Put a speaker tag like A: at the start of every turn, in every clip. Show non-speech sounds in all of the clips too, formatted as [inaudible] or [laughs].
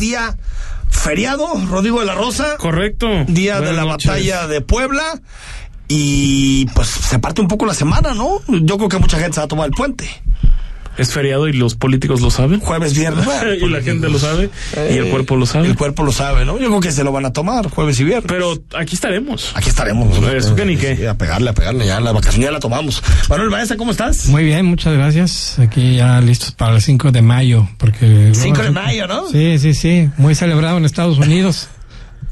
A: día feriado, Rodrigo de la Rosa.
B: Correcto.
A: Día
B: Buenas
A: de la
B: noches.
A: batalla de Puebla. Y pues se parte un poco la semana, ¿no? Yo creo que mucha gente se va a tomar el puente.
B: Es feriado y los políticos lo saben.
A: Jueves, viernes. bueno,
B: [laughs]
A: pues, eh,
B: y la gente lo sabe. y el cuerpo lo sabe.
A: El cuerpo lo sabe, ¿no? Yo creo que se lo van a tomar jueves y viernes.
B: Pero aquí estaremos.
A: Aquí estaremos. ¿no?
B: Eso que ni Pues, qué.
A: Sí, A pegarle, a pegarle. Ya la vacación ya la tomamos. Manuel Baeza, ¿cómo estás?
C: Muy bien, muchas gracias. Aquí ya listos para el 5 de mayo. Porque,
A: 5 de mayo, ¿no?
C: Sí, sí, sí. Muy celebrado en
A: [laughs]
C: Estados Unidos.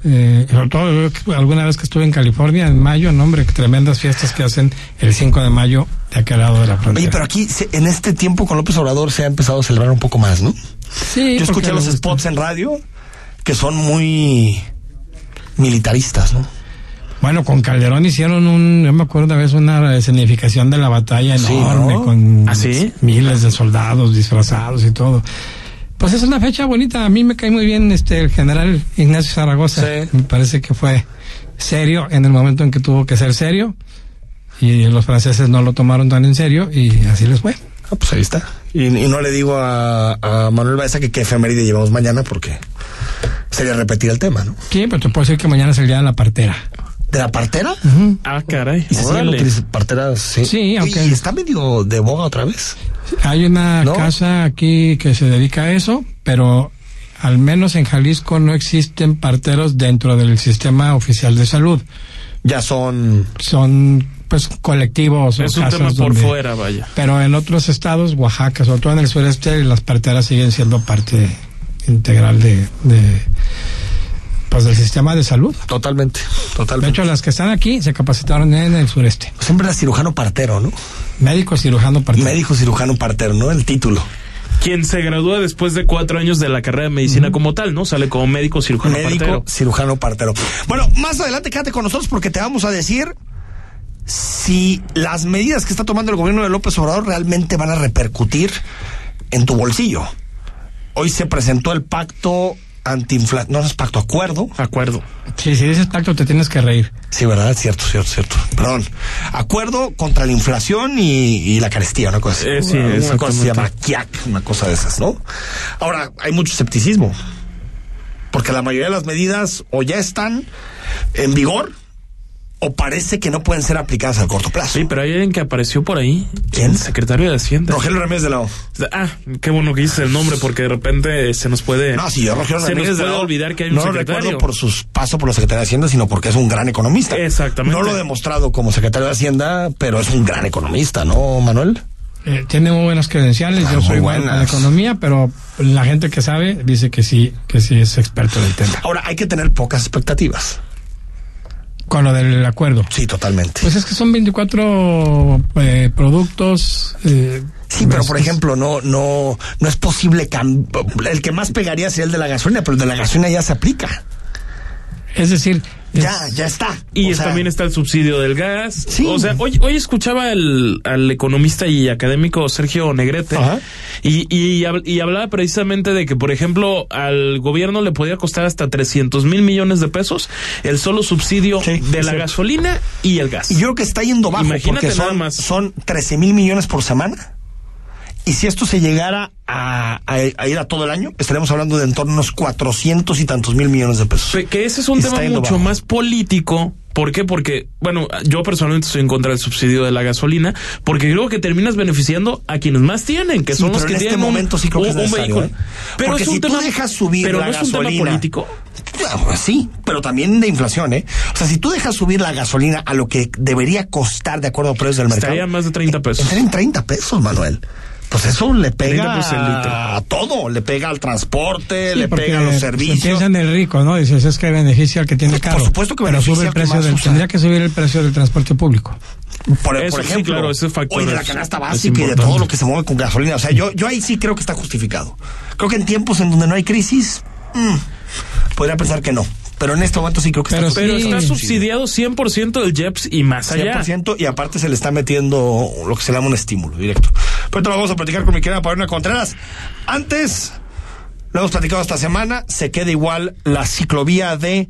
C: Eh, sobre todo yo que alguna vez que estuve en California en mayo, no hombre, tremendas fiestas que hacen el 5 de mayo de aquel lado de la frontera.
A: Oye, pero aquí, se- en este tiempo con López Obrador se ha empezado a celebrar un poco más, ¿no?
C: sí,
A: Yo
C: porque
A: escuché los
C: les gusta.
A: spots en radio que son muy militaristas, ¿no?
C: Bueno, con Calderón hicieron un, yo me acuerdo una vez una escenificación de la batalla
A: Sí,
C: enorme
A: ¿no?
C: con
B: ¿Ah, sí?
C: miles de soldados disfrazados y todo. Pues es una fecha bonita, a mí me cae muy bien este el general Ignacio Zaragoza.
A: Sí.
C: Me parece que fue serio en el momento en que tuvo que ser serio y los franceses no lo tomaron tan en serio y así les fue.
A: Ah, pues ahí está. Y, y no le digo a, a Manuel Baeza que qué efeméride llevamos mañana porque sería repetir el tema, ¿no?
C: Sí, pero te puedo decir que mañana es el día de la partera.
A: ¿De la partera?
B: Ah, caray.
A: ¿Y se siguen
B: Órale.
A: utilizando parteras? Sí.
C: Sí,
A: Oye,
C: aunque-
A: ¿Y está medio de boga otra vez?
C: Hay una
A: ¿No?
C: casa aquí que se dedica a eso, pero al menos en Jalisco no existen parteros dentro del sistema oficial de salud.
A: Ya son...
C: Son pues colectivos. o
B: Es un
C: casas
B: tema por
C: donde-
B: fuera, vaya.
C: Pero en otros estados, Oaxaca, sobre todo en el sureste, las parteras siguen siendo parte integral de, de, pues del sistema de salud.
A: Totalmente,
C: De
A: totalmente.
C: hecho, las que están aquí se capacitaron en el sureste.
A: Siempre era cirujano partero, ¿no?
C: Médico, cirujano, partero.
A: Médico cirujano partero, ¿no? El título.
B: Quien se gradúa después de cuatro años de la carrera de medicina como tal, ¿no? Sale como médico cirujano
A: Médico
B: partero.
A: cirujano partero. Bueno, más adelante quédate con nosotros porque te vamos a decir si las medidas que está tomando el gobierno de López Obrador realmente van a repercutir en tu bolsillo. Hoy se presentó el pacto antiinflación, no no es pacto, acuerdo.
B: Acuerdo.
C: Sí, si dices tacto, te tienes que reír.
A: Sí, ¿verdad? Cierto, cierto, cierto. Perdón. Acuerdo contra la inflación y, y la carestía, una cosa así.
B: Eh, sí,
A: una cosa se
B: exactamente.
A: llama KIAC, una cosa de esas, ¿no? Ahora, hay mucho escepticismo. Porque la mayoría de las medidas o ya están en vigor o parece que no pueden ser aplicadas al corto plazo.
B: Sí, pero hay alguien que apareció por ahí.
A: ¿Quién?
B: El secretario de Hacienda.
A: Rogelio Ramírez de la O.
B: Ah, qué bueno que dices el nombre porque de repente se nos puede.
A: No, sí, yo Rogelio
B: se
A: Ramírez
B: nos
A: de la
B: puede
A: O.
B: olvidar que hay un
A: no lo
B: secretario.
A: recuerdo por sus pasos por la Secretaría de Hacienda, sino porque es un gran economista.
B: Exactamente.
A: No lo he demostrado como secretario de Hacienda, pero es un gran economista, ¿no, Manuel?
C: Eh, tiene muy buenas credenciales,
A: Ah,
C: yo
A: muy
C: soy bueno en
A: buenas.
C: economía, pero la gente que sabe dice que sí, que sí es experto del tema.
A: Ahora, hay que tener pocas expectativas.
C: Con lo del acuerdo.
A: Sí, totalmente.
C: Pues es que son 24 eh, productos. eh,
A: sí, pero por
C: versus-
A: ejemplo, no, no, no es posible cam- el que más pegaría sería el de la gasolina, pero el de la gasolina ya se aplica.
C: Es decir, eh,
A: Ya,
C: es-
A: ya está.
B: Y
A: O
B: es-
A: sea,
B: también está el subsidio del gas.
A: Sí.
B: O sea, hoy, hoy escuchaba al, al economista y académico Sergio Negrete
A: Ajá.
B: y, y, hab- y hablaba precisamente de que, por ejemplo, al gobierno le podía costar hasta 300 mil millones de pesos el solo subsidio
A: Sí,
B: de
A: es
B: la
A: cierto.
B: gasolina y el gas.
A: Y yo creo que está yendo bajo
B: Imagínate
A: porque
B: nada
A: son,
B: más.
A: son 13 mil millones por semana. Y si esto se llegara a, a- a ir a todo el año, estaremos hablando de en torno a unos 400 y tantos mil millones de pesos.
B: Fe- Que ese es un
A: Está
B: tema
A: yendo
B: mucho
A: bajo.
B: más político. ¿Por qué? Porque, bueno, yo personalmente estoy en contra del subsidio de la gasolina, porque creo que terminas beneficiando a quienes más tienen, que
A: Sí,
B: son los
A: pero
B: que
A: en este
B: tienen un-
A: momento sí creo que
B: un-
A: es
B: un
A: necesario,
B: vehículo.
A: ¿eh?
B: Pero
A: Porque
B: es un
A: si tú
B: tema,
A: dejas subir
B: pero
A: la
B: no es un tema
A: gasolina.
B: político.
A: Claro, pues sí, pero también de inflación, ¿eh? O sea, si tú dejas subir la gasolina a lo que debería costar de acuerdo a precios del mercado.
B: Estaría más de 30 pesos.
A: Estaría en 30 pesos, Manuel. Pues eso le
B: 30
A: pega
B: pesos el litro.
A: a todo, le pega al transporte,
C: sí,
A: le
C: porque
A: pega a los
C: se
A: servicios.
C: piensa en el rico, ¿no? Dices, es que beneficia al que tiene
A: Por
C: caro.
A: supuesto que
C: pero
A: beneficia
C: sube
A: al
C: el
A: que
C: precio
A: más
C: del,
A: usa.
C: Tendría que subir el precio del transporte público.
A: Por,
B: Eso
A: por
B: sí,
A: ejemplo,
B: claro, ese factor
A: hoy de la
B: es-
A: canasta
B: es
A: básica y de
B: importante.
A: todo lo que se mueve con gasolina. O sea, yo, yo ahí sí creo que está justificado. Creo que en tiempos en donde no hay crisis, mm, podría pensar que no. Pero en este momento sí creo que
C: Pero
A: está
B: Pero
C: Sí.
B: está subsidiado 100% del JEPS y más
A: Ah,
B: allá.
A: 100% y aparte se le está metiendo lo que se llama un estímulo directo. Pero te lo vamos a platicar con mi querida Paulina Contreras. Antes, lo hemos platicado esta semana, se queda igual la ciclovía de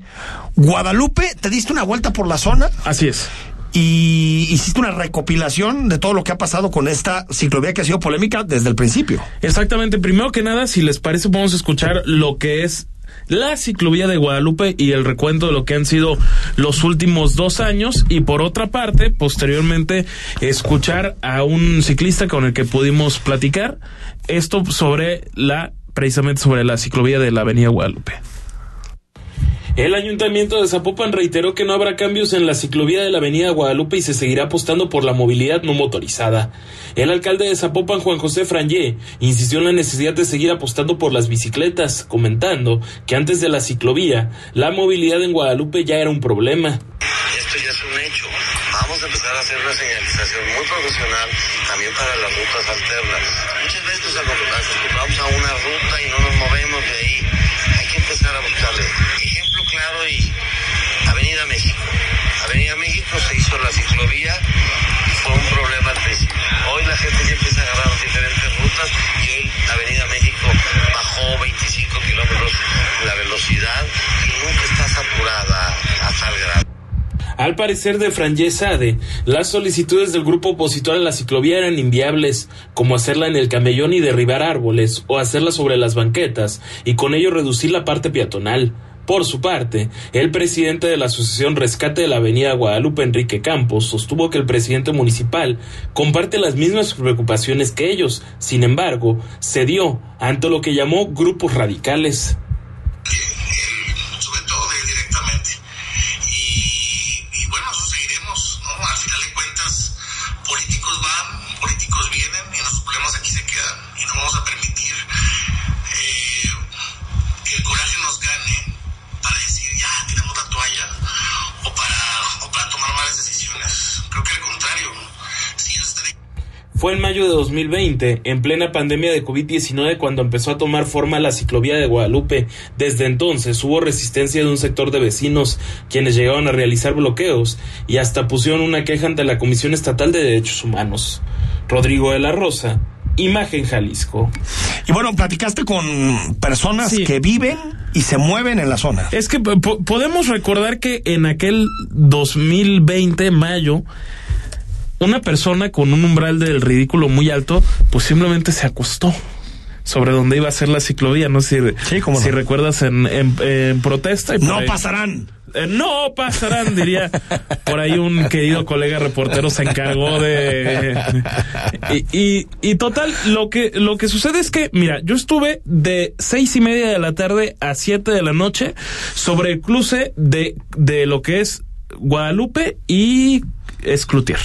A: Guadalupe. Te diste una vuelta por la zona
B: Así es.
A: y hiciste una recopilación de todo lo que ha pasado con esta ciclovía que ha sido polémica desde el principio.
B: Exactamente. Primero que nada, si les parece, vamos a escuchar lo que es la ciclovía de Guadalupe y el recuento de lo que han sido los últimos dos años y por otra parte posteriormente escuchar a un ciclista con el que pudimos platicar esto sobre la precisamente sobre la ciclovía de la avenida Guadalupe. El ayuntamiento de Zapopan reiteró que no habrá cambios en la ciclovía de la avenida Guadalupe y se seguirá apostando por la movilidad no motorizada. El alcalde de Zapopan, Juan José Frangé, insistió en la necesidad de seguir apostando por las bicicletas, comentando que antes de la ciclovía, la movilidad en Guadalupe ya era un problema.
D: Esto ya es un hecho. Vamos a empezar a hacer una señalización muy profesional también para las rutas alternas. Muchas veces nos acostumbramos a una ruta y no nos movemos de ahí. Hay que empezar a buscarle. Ejemplo claro y Avenida México. Avenida México se hizo la ciclovía y fue un problema al principio. Hoy la gente ya empieza a agarrar diferentes rutas y hoy Avenida México bajó 25 kilómetros la velocidad y nunca está saturada a tal grado.
B: Al parecer de Frangé las solicitudes del grupo opositor a la ciclovía eran inviables, como hacerla en el camellón y derribar árboles, o hacerla sobre las banquetas, y con ello reducir la parte peatonal. Por su parte, el presidente de la Asociación Rescate de la Avenida Guadalupe, Enrique Campos, sostuvo que el presidente municipal comparte las mismas preocupaciones que ellos, sin embargo, cedió ante lo que llamó grupos radicales.
D: eh, eh,
B: Fue en mayo de 2020, en plena pandemia de COVID-19, cuando empezó a tomar forma la ciclovía de Guadalupe. Desde entonces hubo resistencia de un sector de vecinos, quienes llegaron a realizar bloqueos y hasta pusieron una queja ante la Comisión Estatal de Derechos Humanos. Rodrigo de la Rosa, Imagen Jalisco.
A: Y bueno, platicaste con personas sí. que viven y se mueven en la zona.
B: Es que po podemos recordar que en aquel 2020, mayo, una persona con un umbral del ridículo muy alto, pues simplemente se acostó sobre donde iba a ser la ciclovía, no si, sí, como si no. recuerdas en, en, en, protesta. Y
A: no ahí, pasarán.
B: Eh, no pasarán, diría por ahí un querido colega reportero se encargó de... Eh, y, y, y, total, lo que, lo que sucede es que, mira, yo estuve de seis y media de la tarde a siete de la noche sobre el cruce de, de lo que es Guadalupe y Esclutier.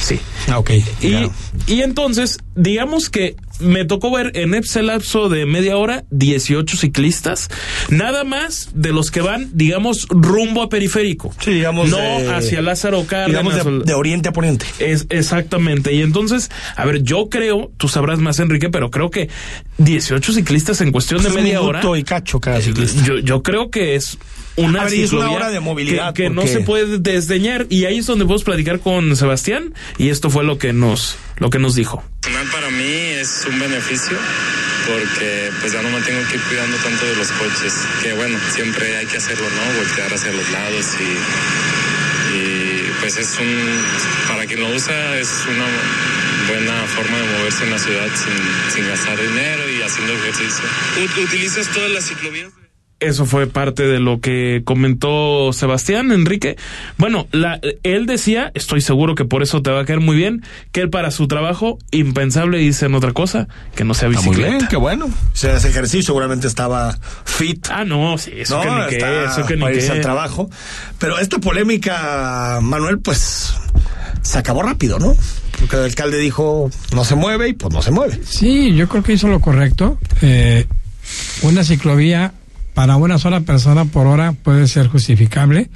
B: Sí.
A: Ah, ok.
B: Y, claro. y, entonces, digamos que me tocó ver en ese lapso de media hora 18 ciclistas, nada más de los que van, digamos, rumbo a periférico.
A: Sí, digamos.
B: No de, hacia Lázaro Cárdenas.
A: Digamos de, de, oriente a poniente.
B: Es, exactamente. Y entonces, a ver, yo creo, tú sabrás más, Enrique, pero creo que 18 ciclistas en cuestión pues de media hora.
A: y cacho
B: Ah,
A: cada ciclista.
B: Eh, Yo, yo creo que es una,
A: ver, es una hora de movilidad
B: que, que no se puede desdeñar y ahí es donde podemos platicar con Sebastián y esto fue lo que nos lo que nos dijo.
E: Para mí es un beneficio porque pues ya no me tengo que ir cuidando tanto de los coches, que bueno, siempre hay que hacerlo, ¿no? Voltear hacia los lados y, y pues es un, para quien lo usa es una buena forma de moverse en la ciudad sin, sin gastar dinero y haciendo ejercicio.
F: ¿Utilizas todas las ciclovías?
B: Eso fue parte de lo que comentó Sebastián Enrique. Bueno, la, él decía, estoy seguro que por eso te va a caer muy bien, que él para su trabajo impensable dicen otra cosa, que no sea bicicleta. Está Ah, muy bien,
A: qué bueno. O sea, ese ejercicio seguramente estaba fit.
B: Ah, no, sí, eso no, que ni qué, eso que ni
A: para irse
B: qué.
A: al trabajo. Pero esta polémica, Manuel, pues se acabó rápido, ¿no? Porque el alcalde dijo, no se mueve y pues no se mueve.
C: Sí, yo creo que hizo lo correcto. Eh, una ciclovía para una sola persona por hora puede ser justificable.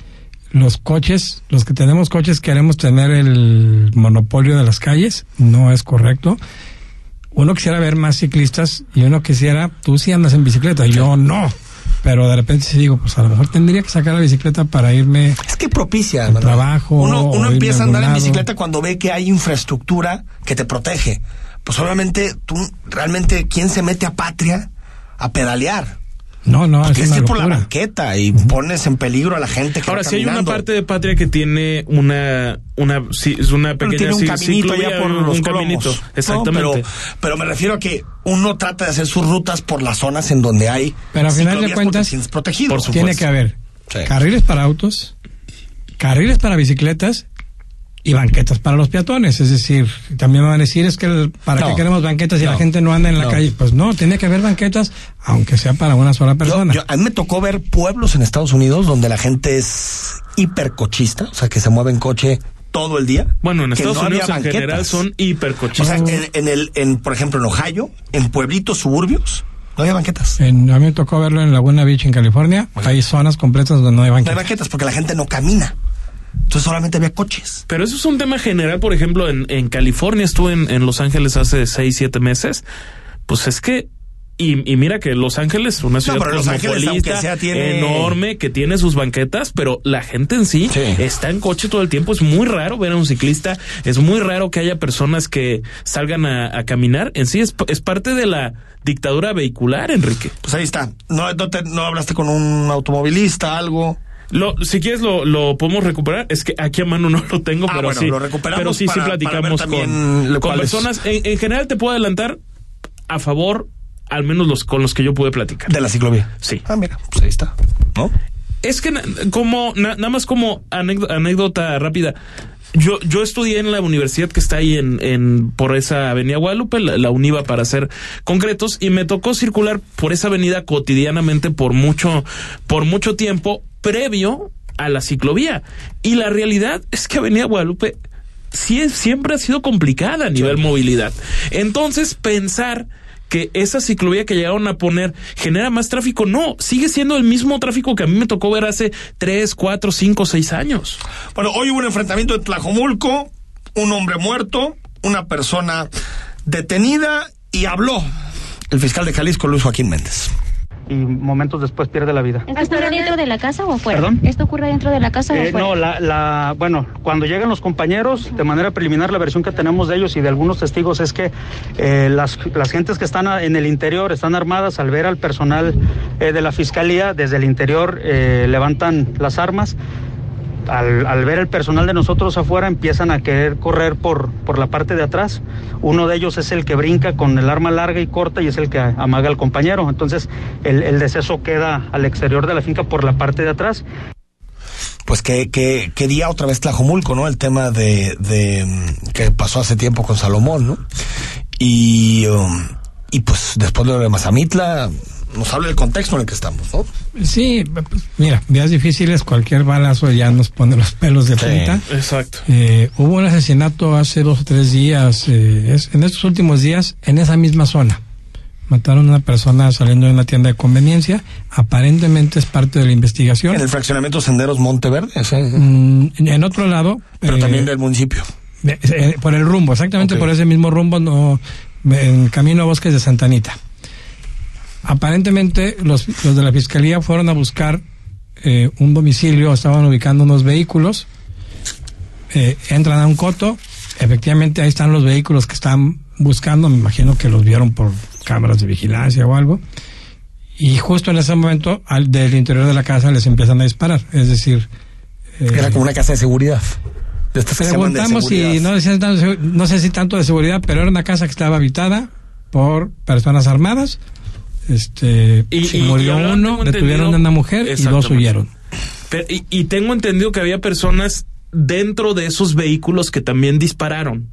C: Los coches, los que tenemos coches queremos tener el monopolio de las calles, no es correcto. Uno quisiera ver más ciclistas y uno quisiera, tú sí andas en bicicleta, yo no. Pero de repente si digo, pues a lo mejor tendría que sacar la bicicleta para irme.
A: Es que propicia.
C: Al trabajo.
A: Uno, uno empieza a andar en bicicleta cuando ve que hay infraestructura que te protege. Pues obviamente tú, realmente, ¿quién se mete a patria a pedalear?
C: No, no,
A: Pues
C: Ah, es
A: tienes
C: una
A: que ir por la
C: locura.
A: banqueta y pones en peligro a la gente que
B: Ahora,
A: va
B: sí hay una
A: caminando.
B: parte de patria que tiene una, una, sí, es una
A: Pero
B: pequeña
A: tiene un
B: ci-
A: caminito
B: ciclovía,
A: ya por
B: un
A: los
B: caminito.
A: cromos.
B: Exactamente.
A: No, pero, pero me refiero a que uno trata de hacer sus rutas por las zonas en donde hay.
C: Pero al final de
A: ciclovías porque
C: cuentas,
A: te sientes protegido.
B: por supuesto.
C: Tiene que haber
A: Sí.
C: carriles para autos, carriles para bicicletas y banquetas para los peatones. Es decir, también me van a decir es que el- para
A: No.
C: qué queremos banquetas si
A: No.
C: la gente no anda en la
A: No.
C: calle. Pues no, tiene que haber banquetas, aunque sea para una sola
A: Yo-
C: persona.
A: yo- a mí me tocó ver pueblos en Estados Unidos donde la gente es hipercochista, o sea, que se mueve en coche todo el día.
B: Bueno, en
A: que
B: Estados
A: no había
B: Unidos en general
A: banquetas.
B: son
A: O
B: hipercochistas.
A: sea, en, en el, en, por ejemplo, en Ohio, en pueblitos suburbios, no había banquetas.
C: En- a mí me tocó verlo en Laguna Beach, en California. Hay zonas completas donde no hay
A: No hay
C: banquetas.
A: banquetas porque la gente no camina. Entonces solamente había coches.
B: Pero eso es un tema general, por ejemplo, en, en California, estuve en, en Los Ángeles hace seis, siete meses, pues es que... Y, y mira que Los Ángeles, una ciudad
A: pero Los Ángeles,
B: cosmopolita,
A: aunque sea, tiene-
B: enorme, que tiene sus banquetas, pero la gente en sí,
A: Sí.
B: está en coche todo el tiempo. Es muy raro ver a un ciclista, es muy raro que haya personas que salgan a, a caminar. En sí es, es parte de la dictadura vehicular, Enrique.
A: Pues ahí está. No, no, te- no hablaste con un automovilista, algo.
B: Lo, si quieres lo, lo podemos recuperar. Es que aquí a mano no lo tengo,
A: Ah,
B: pero
A: bueno,
B: sí.
A: lo recuperamos
B: Pero sí,
A: para-
B: sí
A: para ver
B: platicamos
A: también
B: con,
A: lo
B: con
A: cual es.
B: personas. En, en general te puedo adelantar a favor, al menos los con los que yo pude platicar.
A: De la ciclovía.
B: Sí.
A: Ah, mira, pues ahí está. ¿No?
B: Es que na- como na- nada más como anécdo- anécdota rápida. Yo, yo estudié en la universidad que está ahí en, en por esa avenida Guadalupe, la, la UNIVA para ser concretos, y me tocó circular por esa avenida cotidianamente por mucho, por mucho tiempo previo a la ciclovía. Y la realidad es que Avenida Guadalupe sí es- siempre ha sido complicada a nivel movilidad. Entonces, pensar que esa ciclovía que llegaron a poner genera más tráfico, no, sigue siendo el mismo tráfico que a mí me tocó ver hace 3, 4, 5, 6 años.
A: Bueno, hoy hubo un enfrentamiento en Tlajomulco, un hombre muerto, una persona detenida y habló el fiscal de Jalisco, Luis Joaquín Méndez.
G: y momentos después pierde la vida.
H: ¿Esto ocurre dentro de la casa o fuera?
G: ¿Perdón?
H: ¿Esto ocurre dentro de la casa
G: Eh,
H: o fuera?
G: no, la, la, bueno, cuando llegan los compañeros, de manera preliminar, la versión que tenemos de ellos y de algunos testigos es que eh, las, las gentes que están a- en el interior están armadas al ver al personal eh, de la fiscalía desde el interior eh, levantan las armas. Al, al ver el personal de nosotros afuera empiezan a querer correr por, por la parte de atrás. Uno de ellos es el que brinca con el arma larga y corta y es el que amaga al compañero. Entonces el, el deceso queda al exterior de la finca por la parte de atrás.
A: Pues que, que, que día otra vez Tlajomulco, ¿no? El tema de, de mm, que pasó hace tiempo con Salomón, ¿no? Y, um, y pues después de lo de Mazamitla, nos habla el contexto en el que estamos, ¿no?
C: Sí, pues, mira, días difíciles, cualquier balazo ya nos pone los pelos de
A: Sí.
C: punta.
B: Exacto.
C: Eh, hubo un asesinato hace dos o tres días, eh, es- en estos últimos días, en esa misma zona. Mataron a una persona saliendo de una tienda de conveniencia. Aparentemente es parte de la investigación.
A: En el fraccionamiento Senderos Monteverde, sí, sí.
C: Mm, en- en otro lado.
A: pero
C: eh,
A: también del municipio.
C: de- eh, por el rumbo, exactamente
A: Ok.
C: por ese mismo rumbo, no, en camino a Bosques de Santanita. Aparentemente los, los de la fiscalía fueron a buscar eh, un domicilio, estaban ubicando unos vehículos, eh, entran a un coto, efectivamente ahí están los vehículos que están buscando, me imagino que los vieron por cámaras de vigilancia o algo, y justo en ese momento al, del interior de la casa les empiezan a disparar, es decir... eh,
A: Era como una casa de seguridad. De estas que se llaman de
C: Preguntamos si
A: seguridad.
C: no, decían tanto de segu- no sé si tanto de seguridad, pero era una casa que estaba habitada por personas armadas. Este
B: Y-
C: se
B: y- y
C: murió
B: ahora
C: uno,
B: tengo
C: detuvieron
B: entendido-
C: a una mujer y dos
B: Exactamente.
C: huyeron.
B: Pero- y, y tengo entendido que había personas dentro de esos vehículos que también dispararon.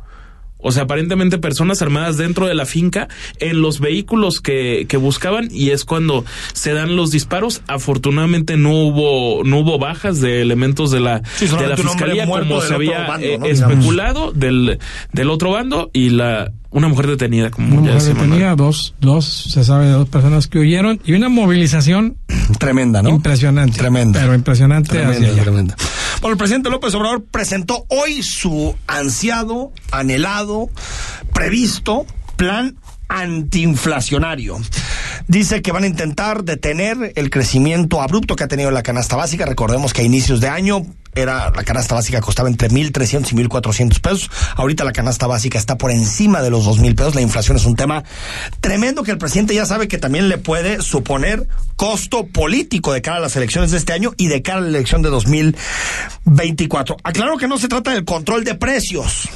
B: O sea, aparentemente personas armadas dentro de la finca en los vehículos que, que buscaban y es cuando se dan los disparos. Afortunadamente no hubo no hubo bajas de elementos de la,
A: Sí,
B: de la
A: solamente un hombre
B: fiscalía
A: muerto
B: como
A: del
B: se
A: otro
B: había
A: bando,
B: eh,
A: ¿no? Digamos.
B: especulado del, del otro bando y la una mujer detenida
A: Mm,
B: como
C: Una
B: ya
C: mujer
B: decía Manuel.
C: detenida, dos, dos, se sabe de dos personas que huyeron y una movilización
A: Tremenda, ¿no?
C: impresionante.
A: Tremenda.
C: Pero impresionante hacia
A: Tremenda,
C: allá.
A: tremenda. Bueno, el presidente López Obrador presentó hoy su ansiado, anhelado, previsto plan antiinflacionario. Dice que van a intentar detener el crecimiento abrupto que ha tenido la canasta básica. Recordemos que a inicios de año era la canasta básica costaba entre 1.300 y 1.400 pesos. Ahorita la canasta básica está por encima de los 2.000 pesos. La inflación es un tema tremendo que el presidente ya sabe que también le puede suponer costo político de cara a las elecciones de este año y de cara a la elección de 2024. Aclaro que no se trata del control de precios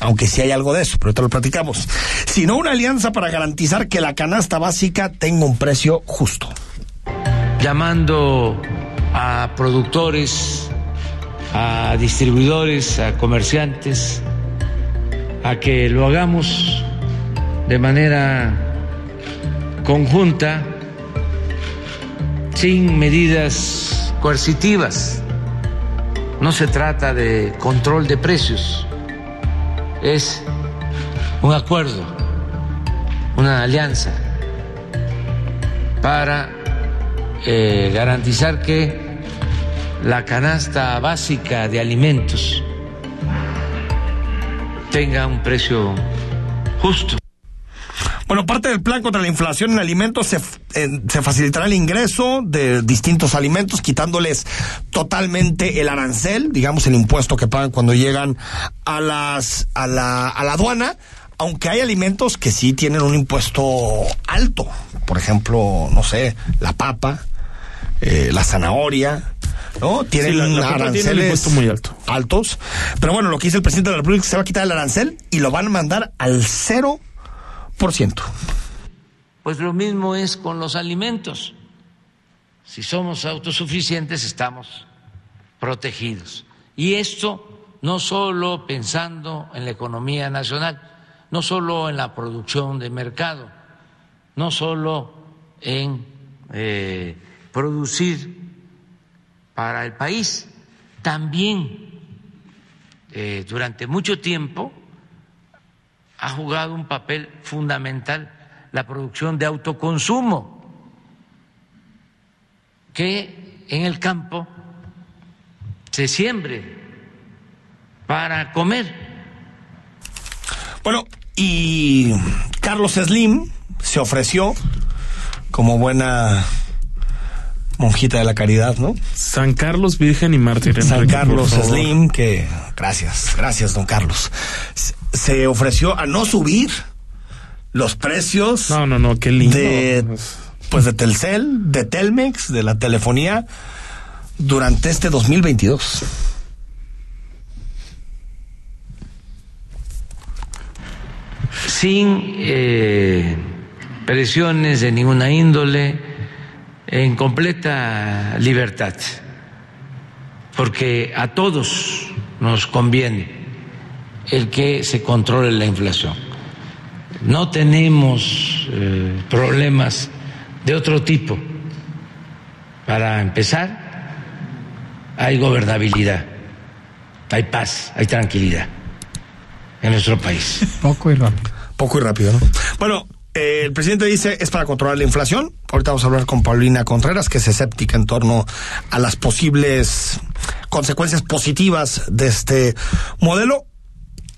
A: aunque sí hay algo de eso, pero ahorita lo platicamos, sino una alianza para garantizar que la canasta básica tenga un precio justo.
I: Llamando a productores, a distribuidores, a comerciantes, a que lo hagamos de manera conjunta, sin medidas coercitivas. No se trata de control de precios es un acuerdo, una alianza para eh, garantizar que la canasta básica de alimentos tenga un precio justo.
A: Bueno, parte del plan contra la inflación en alimentos se, eh, se facilitará el ingreso de distintos alimentos, quitándoles totalmente el arancel, digamos el impuesto que pagan cuando llegan a las a la, a la aduana. Aunque hay alimentos que sí tienen un impuesto alto, por ejemplo, no sé, la papa, eh, la zanahoria, ¿no? Tienen
B: Sí, la- la papa tiene el
A: aranceles
B: impuesto muy alto.
A: altos. Pero bueno, lo que dice el presidente de la República es que se va a quitar el arancel y lo van a mandar al 0%.
I: Pues lo mismo es con los alimentos. Si somos autosuficientes estamos protegidos. Y esto no solo pensando en la economía nacional, no solo en la producción de mercado, no solo en eh, producir para el país, también eh, durante mucho tiempo ha jugado un papel fundamental la producción de autoconsumo, que en el campo se siembre para comer.
A: Bueno, y Carlos Slim se ofreció como buena monjita de la caridad, ¿no?
B: San Carlos, Virgen y Mártir.
A: San
B: Enrique,
A: Carlos
B: por favor.
A: Slim, que gracias, gracias, don Carlos. Se- Se ofreció a no subir los precios
B: No, no, no, qué lindo.
A: de pues de Telcel, de Telmex, de la telefonía durante este 2022.
I: sin eh, presiones de ninguna índole, en completa libertad, porque a todos nos conviene el que se controle la inflación. No tenemos eh, problemas de otro tipo. Para empezar, hay gobernabilidad, hay paz, hay tranquilidad en nuestro país.
C: Poco y rápido.
A: Poco y rápido, ¿no? Bueno, eh, el presidente dice es para controlar la inflación. Ahorita vamos a hablar con Paulina Contreras, que es escéptica en torno a las posibles consecuencias positivas de este modelo.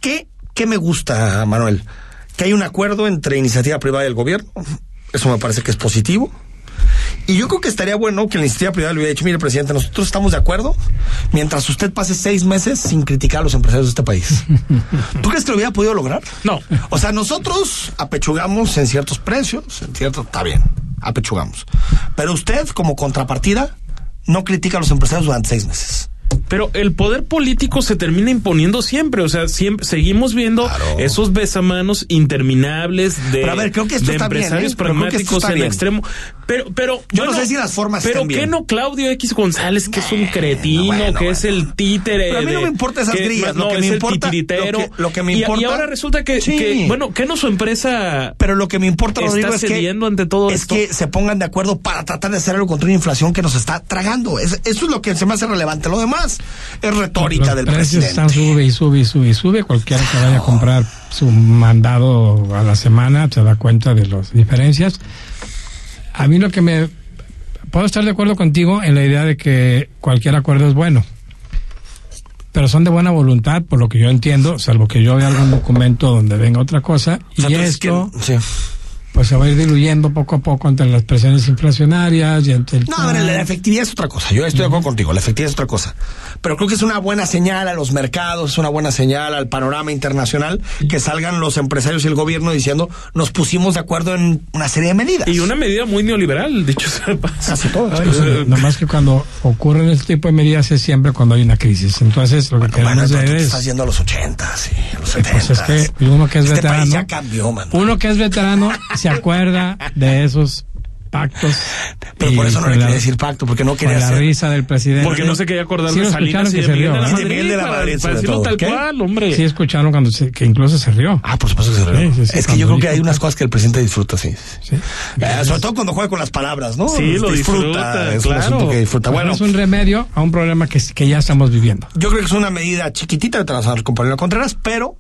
A: ¿Qué, qué me gusta, Manuel? Que hay un acuerdo entre iniciativa privada y el gobierno. Eso me parece que es positivo. Y yo creo que estaría bueno que la iniciativa privada le hubiera dicho, mire, presidente, nosotros estamos de acuerdo mientras usted pase seis meses sin criticar a los empresarios de este país. ¿Tú crees que lo hubiera podido lograr?
B: No.
A: O sea, nosotros apechugamos en ciertos precios, en cierto, está bien, apechugamos. Pero usted, como contrapartida, no critica a los empresarios durante seis meses.
B: Pero el poder político se termina imponiendo siempre, o sea, siempre seguimos viendo esos besamanos interminables de,
A: Pero a ver, creo que esto
B: de
A: está bien,
B: empresarios
A: ¿eh? Pero creo que esto
B: pragmáticos
A: está
B: en
A: bien.
B: extremo. Pero, pero
A: Yo no sé si las formas
B: Pero
A: estén
B: qué
A: bien.
B: no Claudio X González, que es un cretino,
A: bueno,
B: que es
A: bueno.
B: el títere.
A: Pero a mí no
B: de-
A: me importa esas
B: que-
A: grillas, lo
B: no,
A: que me
B: es el
A: importa-
B: titiritero.
A: lo que- lo que me
B: Y- Y,
A: importa-
B: ahora resulta que,
A: Sí.
B: que, bueno, que no su empresa
A: Pero lo que me importa,
B: Está
A: Rodrigo, es que,
B: cediendo ante todo
A: es
B: esto.
A: que se pongan de acuerdo para tratar de hacer algo contra una inflación que nos está tragando. Es- eso es lo que se me hace relevante. Lo demás es retórica
C: Los
A: del
C: precios
A: presidente.
C: están sube y sube y sube y sube. Cualquiera que vaya a comprar su mandado a la semana se da cuenta de las diferencias. A mí lo que me... Puedo estar de acuerdo contigo en la idea de que cualquier acuerdo es bueno. Pero son de buena voluntad, por lo que yo entiendo, salvo que yo vea algún documento donde venga otra cosa.
A: O sea,
C: y
A: tú dices
C: esto
A: que- sí.
C: pues se va a ir diluyendo poco a poco entre las presiones inflacionarias y entre el...
A: No, a ver, la efectividad es otra cosa. Yo estoy de acuerdo contigo, la efectividad es otra cosa. Pero creo que es una buena señal a los mercados, es una buena señal al panorama internacional que salgan los empresarios y el gobierno diciendo nos pusimos de acuerdo en una serie de medidas.
B: Y una medida muy neoliberal, dicho sea de paso.
A: Casi todo.
C: Ay, sí, nomás que cuando ocurren este tipo de medidas es siempre cuando hay una crisis. Entonces, lo que
A: Bueno, pero
C: queremos
A: tú
C: hacer
A: te
C: es...
A: estás yendo a los 80 sí, a los
C: Sí,
A: 70
C: pues es que uno que es
A: este
C: veterano.
A: país ya cambió, man.
C: Uno que es veterano se acuerda de esos pactos.
A: Pero por
C: Y
A: eso no
C: con
A: le
C: la-
A: quería decir pacto, porque no
C: Con
A: quería
C: la
A: hacer-
C: risa del presidente.
B: Porque no se quería acordar
C: Sí
B: de
C: lo
B: Salinas y de
C: escucharon que se
B: Miguel de
C: rió,
B: la
C: ¿eh?
B: Madrid.
A: Y de Miguel de la
B: para-
A: Madrid,
B: para
A: sobre
B: decirlo
A: todo,
B: tal
A: ¿qué?
B: cual, hombre.
C: Sí escucharon cuando se- que incluso se rió.
A: Ah, por supuesto que se rió.
C: Sí, sí, sí,
A: es que yo creo
C: cuando
A: que
C: dijo-
A: hay unas cosas que el presidente disfruta, sí.
C: Sí.
A: Eh, sobre todo cuando juega con las palabras, ¿no?
B: Sí, lo disfruta,
A: es un
B: claro.
A: asunto que disfruta. Bueno,
C: Es un remedio a un problema que, que ya estamos viviendo.
A: yo creo que es una medida chiquitita de trazar al compañero Contreras, pero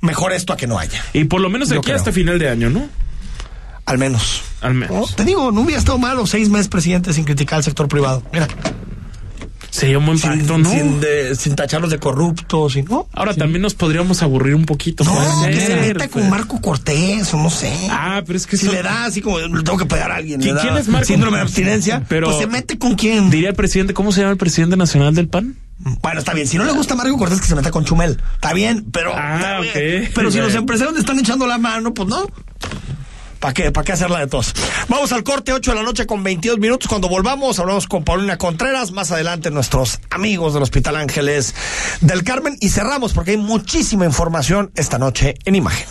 A: mejor esto a que no haya,
B: Y por lo menos de
A: Yo
B: aquí
A: creo.
B: hasta final de año, ¿no?
A: al menos.
B: Al menos.
A: ¿no? Te digo, no hubiera estado malo seis meses presidente sin criticar al sector privado. Mira,
B: Sería un buen
A: sin,
B: pacto, ¿no?
A: sin de- sin tacharlos de corruptos y no.
B: Ahora también nos podríamos aburrir un poquito.
A: No,
B: puede
A: que se
B: ser,
A: meta con
B: Fer.
A: Marco Cortés o no sé.
B: Ah, pero es que
A: si
B: eso-
A: le da así como le tengo que pegar a alguien. le
B: ¿Qui-
A: da
B: quién es Marco?
A: Síndrome de abstinencia.
B: Pero-
A: pues se mete con quién.
B: Diría el presidente, ¿cómo se llama el presidente nacional del PAN?
A: Bueno, está bien. Si no le gusta Marco Cortés, que se meta con Chumel. Está bien, pero.
B: Ah,
A: está bien.
B: ok.
A: Pero si los
B: Bueno.
A: empresarios le están echando la mano, pues no. ¿Para qué? ¿Para qué hacerla de tos? Vamos al corte, 8 de la noche con 22 minutos. Cuando volvamos, hablamos con Paulina Contreras. Más adelante, nuestros amigos del Hospital Ángeles del Carmen. Y cerramos porque hay muchísima información esta noche en imagen.